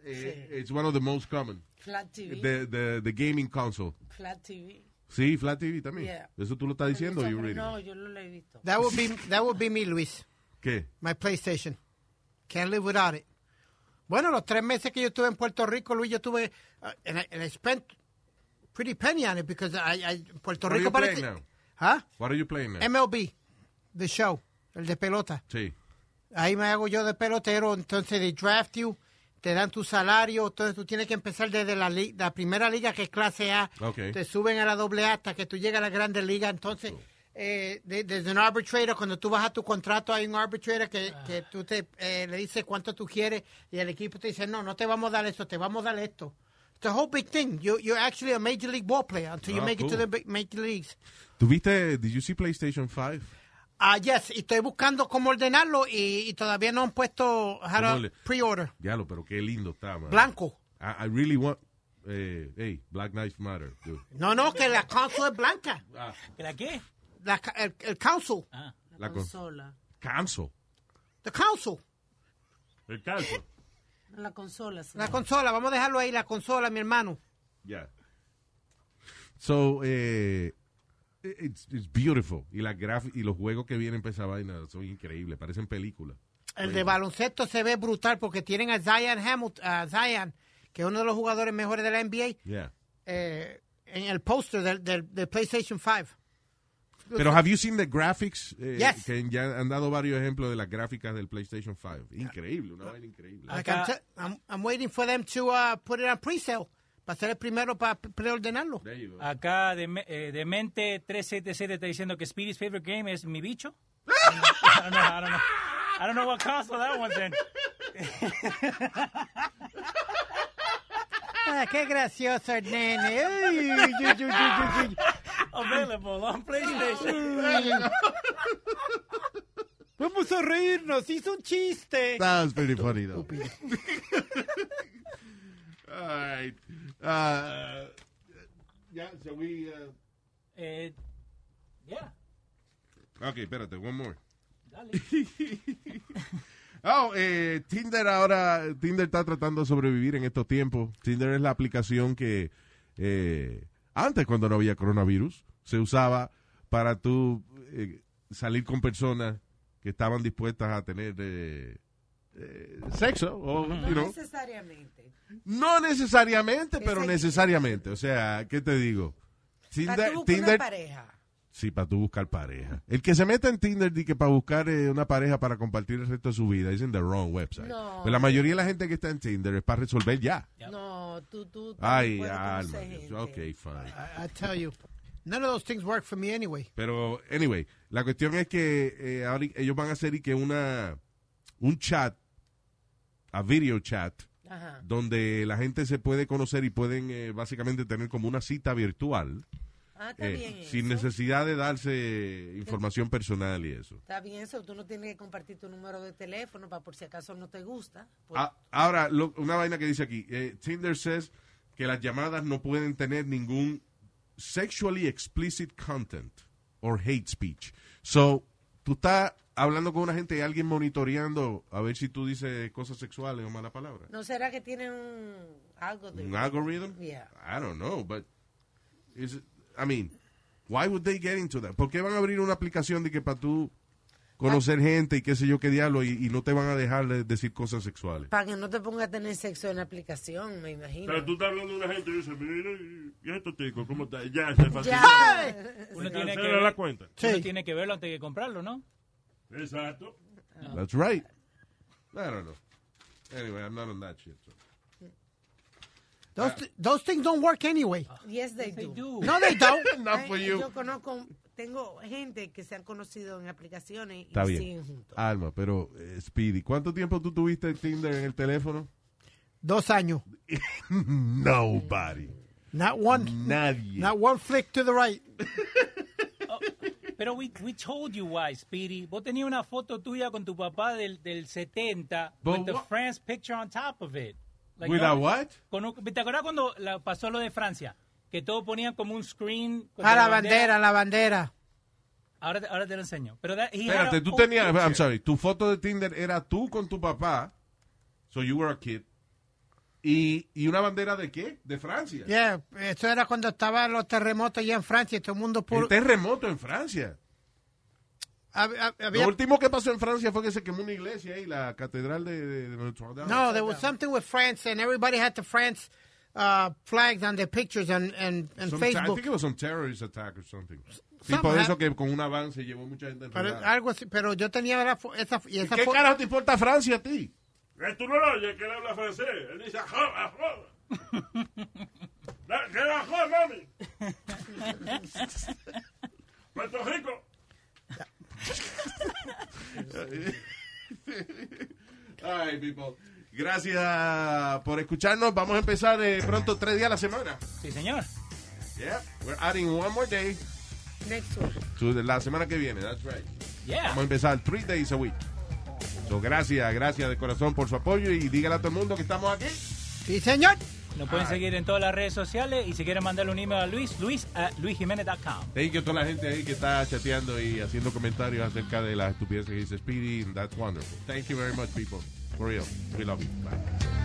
S5: eh, it's one of the most common.
S7: Flat TV.
S5: The, the, the gaming console.
S7: Flat TV.
S5: Sí, Flat TV también.
S7: Yeah.
S5: Eso tú lo estás diciendo, you reading.
S7: No, yo no lo he visto.
S8: That would be, that would be me, Luis.
S5: ¿Qué?
S8: My PlayStation. Can't live without it. Bueno, los tres meses que yo estuve en Puerto Rico, Luis, yo tuve. uh, and, I, and I spent pretty penny on it because I, I, Puerto
S5: What are
S8: Rico
S5: you playing
S8: parece.
S5: now?
S8: ¿Ah?
S5: What are you playing now?
S8: MLB, The Show, el de pelota.
S5: sí.
S8: Ahí me hago yo de pelotero, entonces they draft you, te dan tu salario, entonces tú tienes que empezar desde la, li- la primera liga que es clase A,
S5: Ok.
S8: te suben a la doble A hasta que tú llegas a la grande liga, entonces
S5: Oh.
S8: eh, de- desde un arbitrator, cuando tú vas a tu contrato hay un arbitrator que, que tú te, eh, le dices cuánto tú quieres y el equipo te dice, no, no te vamos a dar eso, te vamos a dar esto. It's a whole big thing. You, you're actually a major league ball player until you
S5: Ah,
S8: make it to
S5: cool.
S8: the big- major leagues.
S5: ¿Tuviste, did you see PlayStation 5?
S8: Ah, yes, y estoy buscando cómo ordenarlo y, y todavía no han puesto how to
S5: ¿Cómo le-
S8: pre-order.
S5: Diablo, pero qué lindo está, man.
S8: Blanco.
S5: I, I really want. Eh, hey, Black Knives Matter, dude.
S8: No, no, que la console es blanca.
S5: Ah.
S6: ¿Que ¿La qué?
S8: La ca- el, el council.
S6: Ah.
S5: La
S7: La
S5: con-
S7: consola.
S5: Canso.
S8: The council.
S10: El calcio.
S7: La consola, sí.
S8: La consola, vamos a dejarlo ahí, la consola, mi hermano.
S5: Yeah. So, eh, it's, it's beautiful. Y, las graf- y los juegos que vienen para esa vaina son increíbles. Parecen películas.
S8: El de baloncesto se ve brutal porque tienen a Zion Hamilton, a Zion, que es uno de los jugadores mejores de la NBA,
S5: Yeah.
S8: eh, en el póster del, del- del PlayStation 5.
S5: Pero have you seen the graphics? Eh,
S8: Yes.
S5: Que ya han dado varios ejemplos de las gráficas del PlayStation 5. Increíble, una vaina increíble.
S8: Like I'm,
S6: Acá-
S8: te- I'm- I'm waiting for them to uh, put it on pre-sale. Para ser el primero para preordenarlo.
S5: There you go.
S6: Acá de, eh, Demente 377 está diciendo que Speedy's favorite game es mi bicho. I don't know, I don't know. I don't know what console that one's in.
S8: Ah, qué gracioso el nene. Ay, uy, uy, uy, uy, uy.
S6: Available on PlayStation.
S8: Vamos a reírnos, hizo un chiste.
S5: That was pretty funny, though. All right. Uh, yeah, so we. Uh...
S6: Eh, yeah.
S5: Okay, espérate, one more. Oh, eh, Tinder ahora, Tinder está tratando de sobrevivir en estos tiempos. Tinder es la aplicación que eh, antes, cuando no había coronavirus, se usaba para tú eh, salir con personas que estaban dispuestas a tener eh, eh, sexo o, you
S7: No
S5: know.
S7: necesariamente.
S5: No necesariamente, pero
S7: Ese-
S5: necesariamente. O sea, ¿qué te digo?
S7: Para
S5: Tinder,
S7: tú buscar una
S5: Tinder,
S7: pareja.
S5: sí, para tú buscar pareja. El que se meta en Tinder di que para buscar eh, una pareja para compartir el resto de su vida es en the wrong website.
S7: No.
S5: Pues la mayoría de la gente que está en Tinder es para resolver ya.
S6: Ya.
S7: No, tú, tú.
S5: Ay,
S7: puedes
S5: alma.
S7: conocer gente.
S5: Ok, fine.
S8: I, I tell you, none of those things work for me anyway.
S5: Pero, anyway, la cuestión es que eh, ahora ellos van a hacer y que una un chat, a video chat,
S7: Ajá.
S5: donde la gente se puede conocer y pueden eh, básicamente tener como una cita virtual.
S7: Ah, está
S5: Eh,
S7: bien.
S5: sin
S7: eso.
S5: necesidad de darse información personal y eso.
S7: Está bien eso. Tú no tienes que compartir tu número de teléfono para por si acaso no te gusta. Pues,
S5: Ah, ahora, lo- una vaina que dice aquí, eh, Tinder says que las llamadas no pueden tener ningún sexually explicit content or hate speech. So, tú estás hablando con una gente y alguien monitoreando a ver si tú dices cosas sexuales o malas palabras.
S7: ¿No será que tiene un algo de...
S5: An algorithm?
S7: Yeah.
S5: I don't know, but is it- I mean, why would they get into that? ¿Por qué van a abrir una aplicación de que para tú conocer gente y qué sé yo qué diablo y, y no te van a dejar de- decir cosas sexuales?
S7: Para que no te ponga a tener sexo en la aplicación, me imagino.
S10: Pero tú estás hablando de una gente y dices, mira, y esto, tico, ¿cómo está? Ya, se facilita.
S6: Uno tiene, que,
S10: Cancela la cuenta.
S6: uno tiene que verlo antes de comprarlo, ¿no?
S10: Exacto.
S5: That's right. I don't know. Anyway, I'm not on that shit. so.
S8: Those, those things don't work anyway.
S7: Yes, they do.
S8: No, they don't.
S5: Not for
S7: Ay,
S5: you.
S7: Yo conozco, tengo gente que se han conocido en aplicaciones y
S5: Está bien.
S7: siguen juntos.
S5: Alma, pero eh, Speedy, ¿cuánto tiempo tú tuviste en Tinder en el teléfono?
S8: Dos años.
S5: Nobody.
S8: Not one.
S5: Nadie.
S8: Not one flick to the right.
S6: Pero we, we told you why, Speedy. Vos tenías una foto tuya con tu papá del, del 70
S5: But
S6: with the
S5: what-
S6: France picture on top of it. Like,
S5: With
S6: no,
S5: a what?
S6: con un- ¿Te acuerdas cuando la- pasó lo de Francia? Que todos ponían como un screen. con
S8: A la bandera, la bandera.
S6: Ahora, te- ahora te lo enseño. Pero that- he had
S5: Espérate,
S6: a
S5: tú
S6: full
S5: tenías,
S6: picture.
S5: I'm sorry, tu foto de Tinder era tú con tu papá, so you were a kid, y, y una bandera de qué? De Francia.
S8: Yeah, eso era cuando estaban los terremotos allá en Francia y todo el mundo
S5: El
S8: por...
S5: terremoto en Francia.
S8: hab- hab-
S5: Lo
S8: había-
S5: último que pasó en Francia fue que se quemó una iglesia ahí, la catedral de, de- de Notre Dame.
S8: No, there was something with France and everybody had the France uh, flags on their pictures and, and, and
S5: Some- I think
S8: Facebook.
S5: it was some terrorist attack or something.
S8: Some
S5: y por
S8: hap-
S5: eso que con un avance llevó mucha gente
S8: Pero,
S5: enredada.
S8: algo así, pero yo tenía la fo- esa, y esa
S5: ¿Qué
S8: fo-
S5: carajo te importa Francia a ti?
S10: Eh, Tú no lo oyes, que él habla francés. Él dice, joda, joda. La- Que la joda, mami. Puerto Rico.
S5: All right, people. Gracias por escucharnos. Vamos a empezar eh, pronto tres días a la semana.
S6: Sí, señor.
S5: Yeah, we're adding one more day
S7: Next one.
S5: to the- la semana que viene. That's right.
S6: Yeah.
S5: Vamos a empezar three days a week. So, gracias, gracias de corazón por su apoyo y dígale a todo el mundo que estamos aquí.
S8: Sí, señor.
S6: Nos pueden seguir en todas las redes sociales y si quieren mandarle un email a Luis, luis a luisjimenez.com.
S5: Thank you a toda la gente ahí que está chateando y haciendo comentarios acerca de las estupideces que dice Speedy. That's wonderful. Thank you very much, people. For real. We love you. Bye.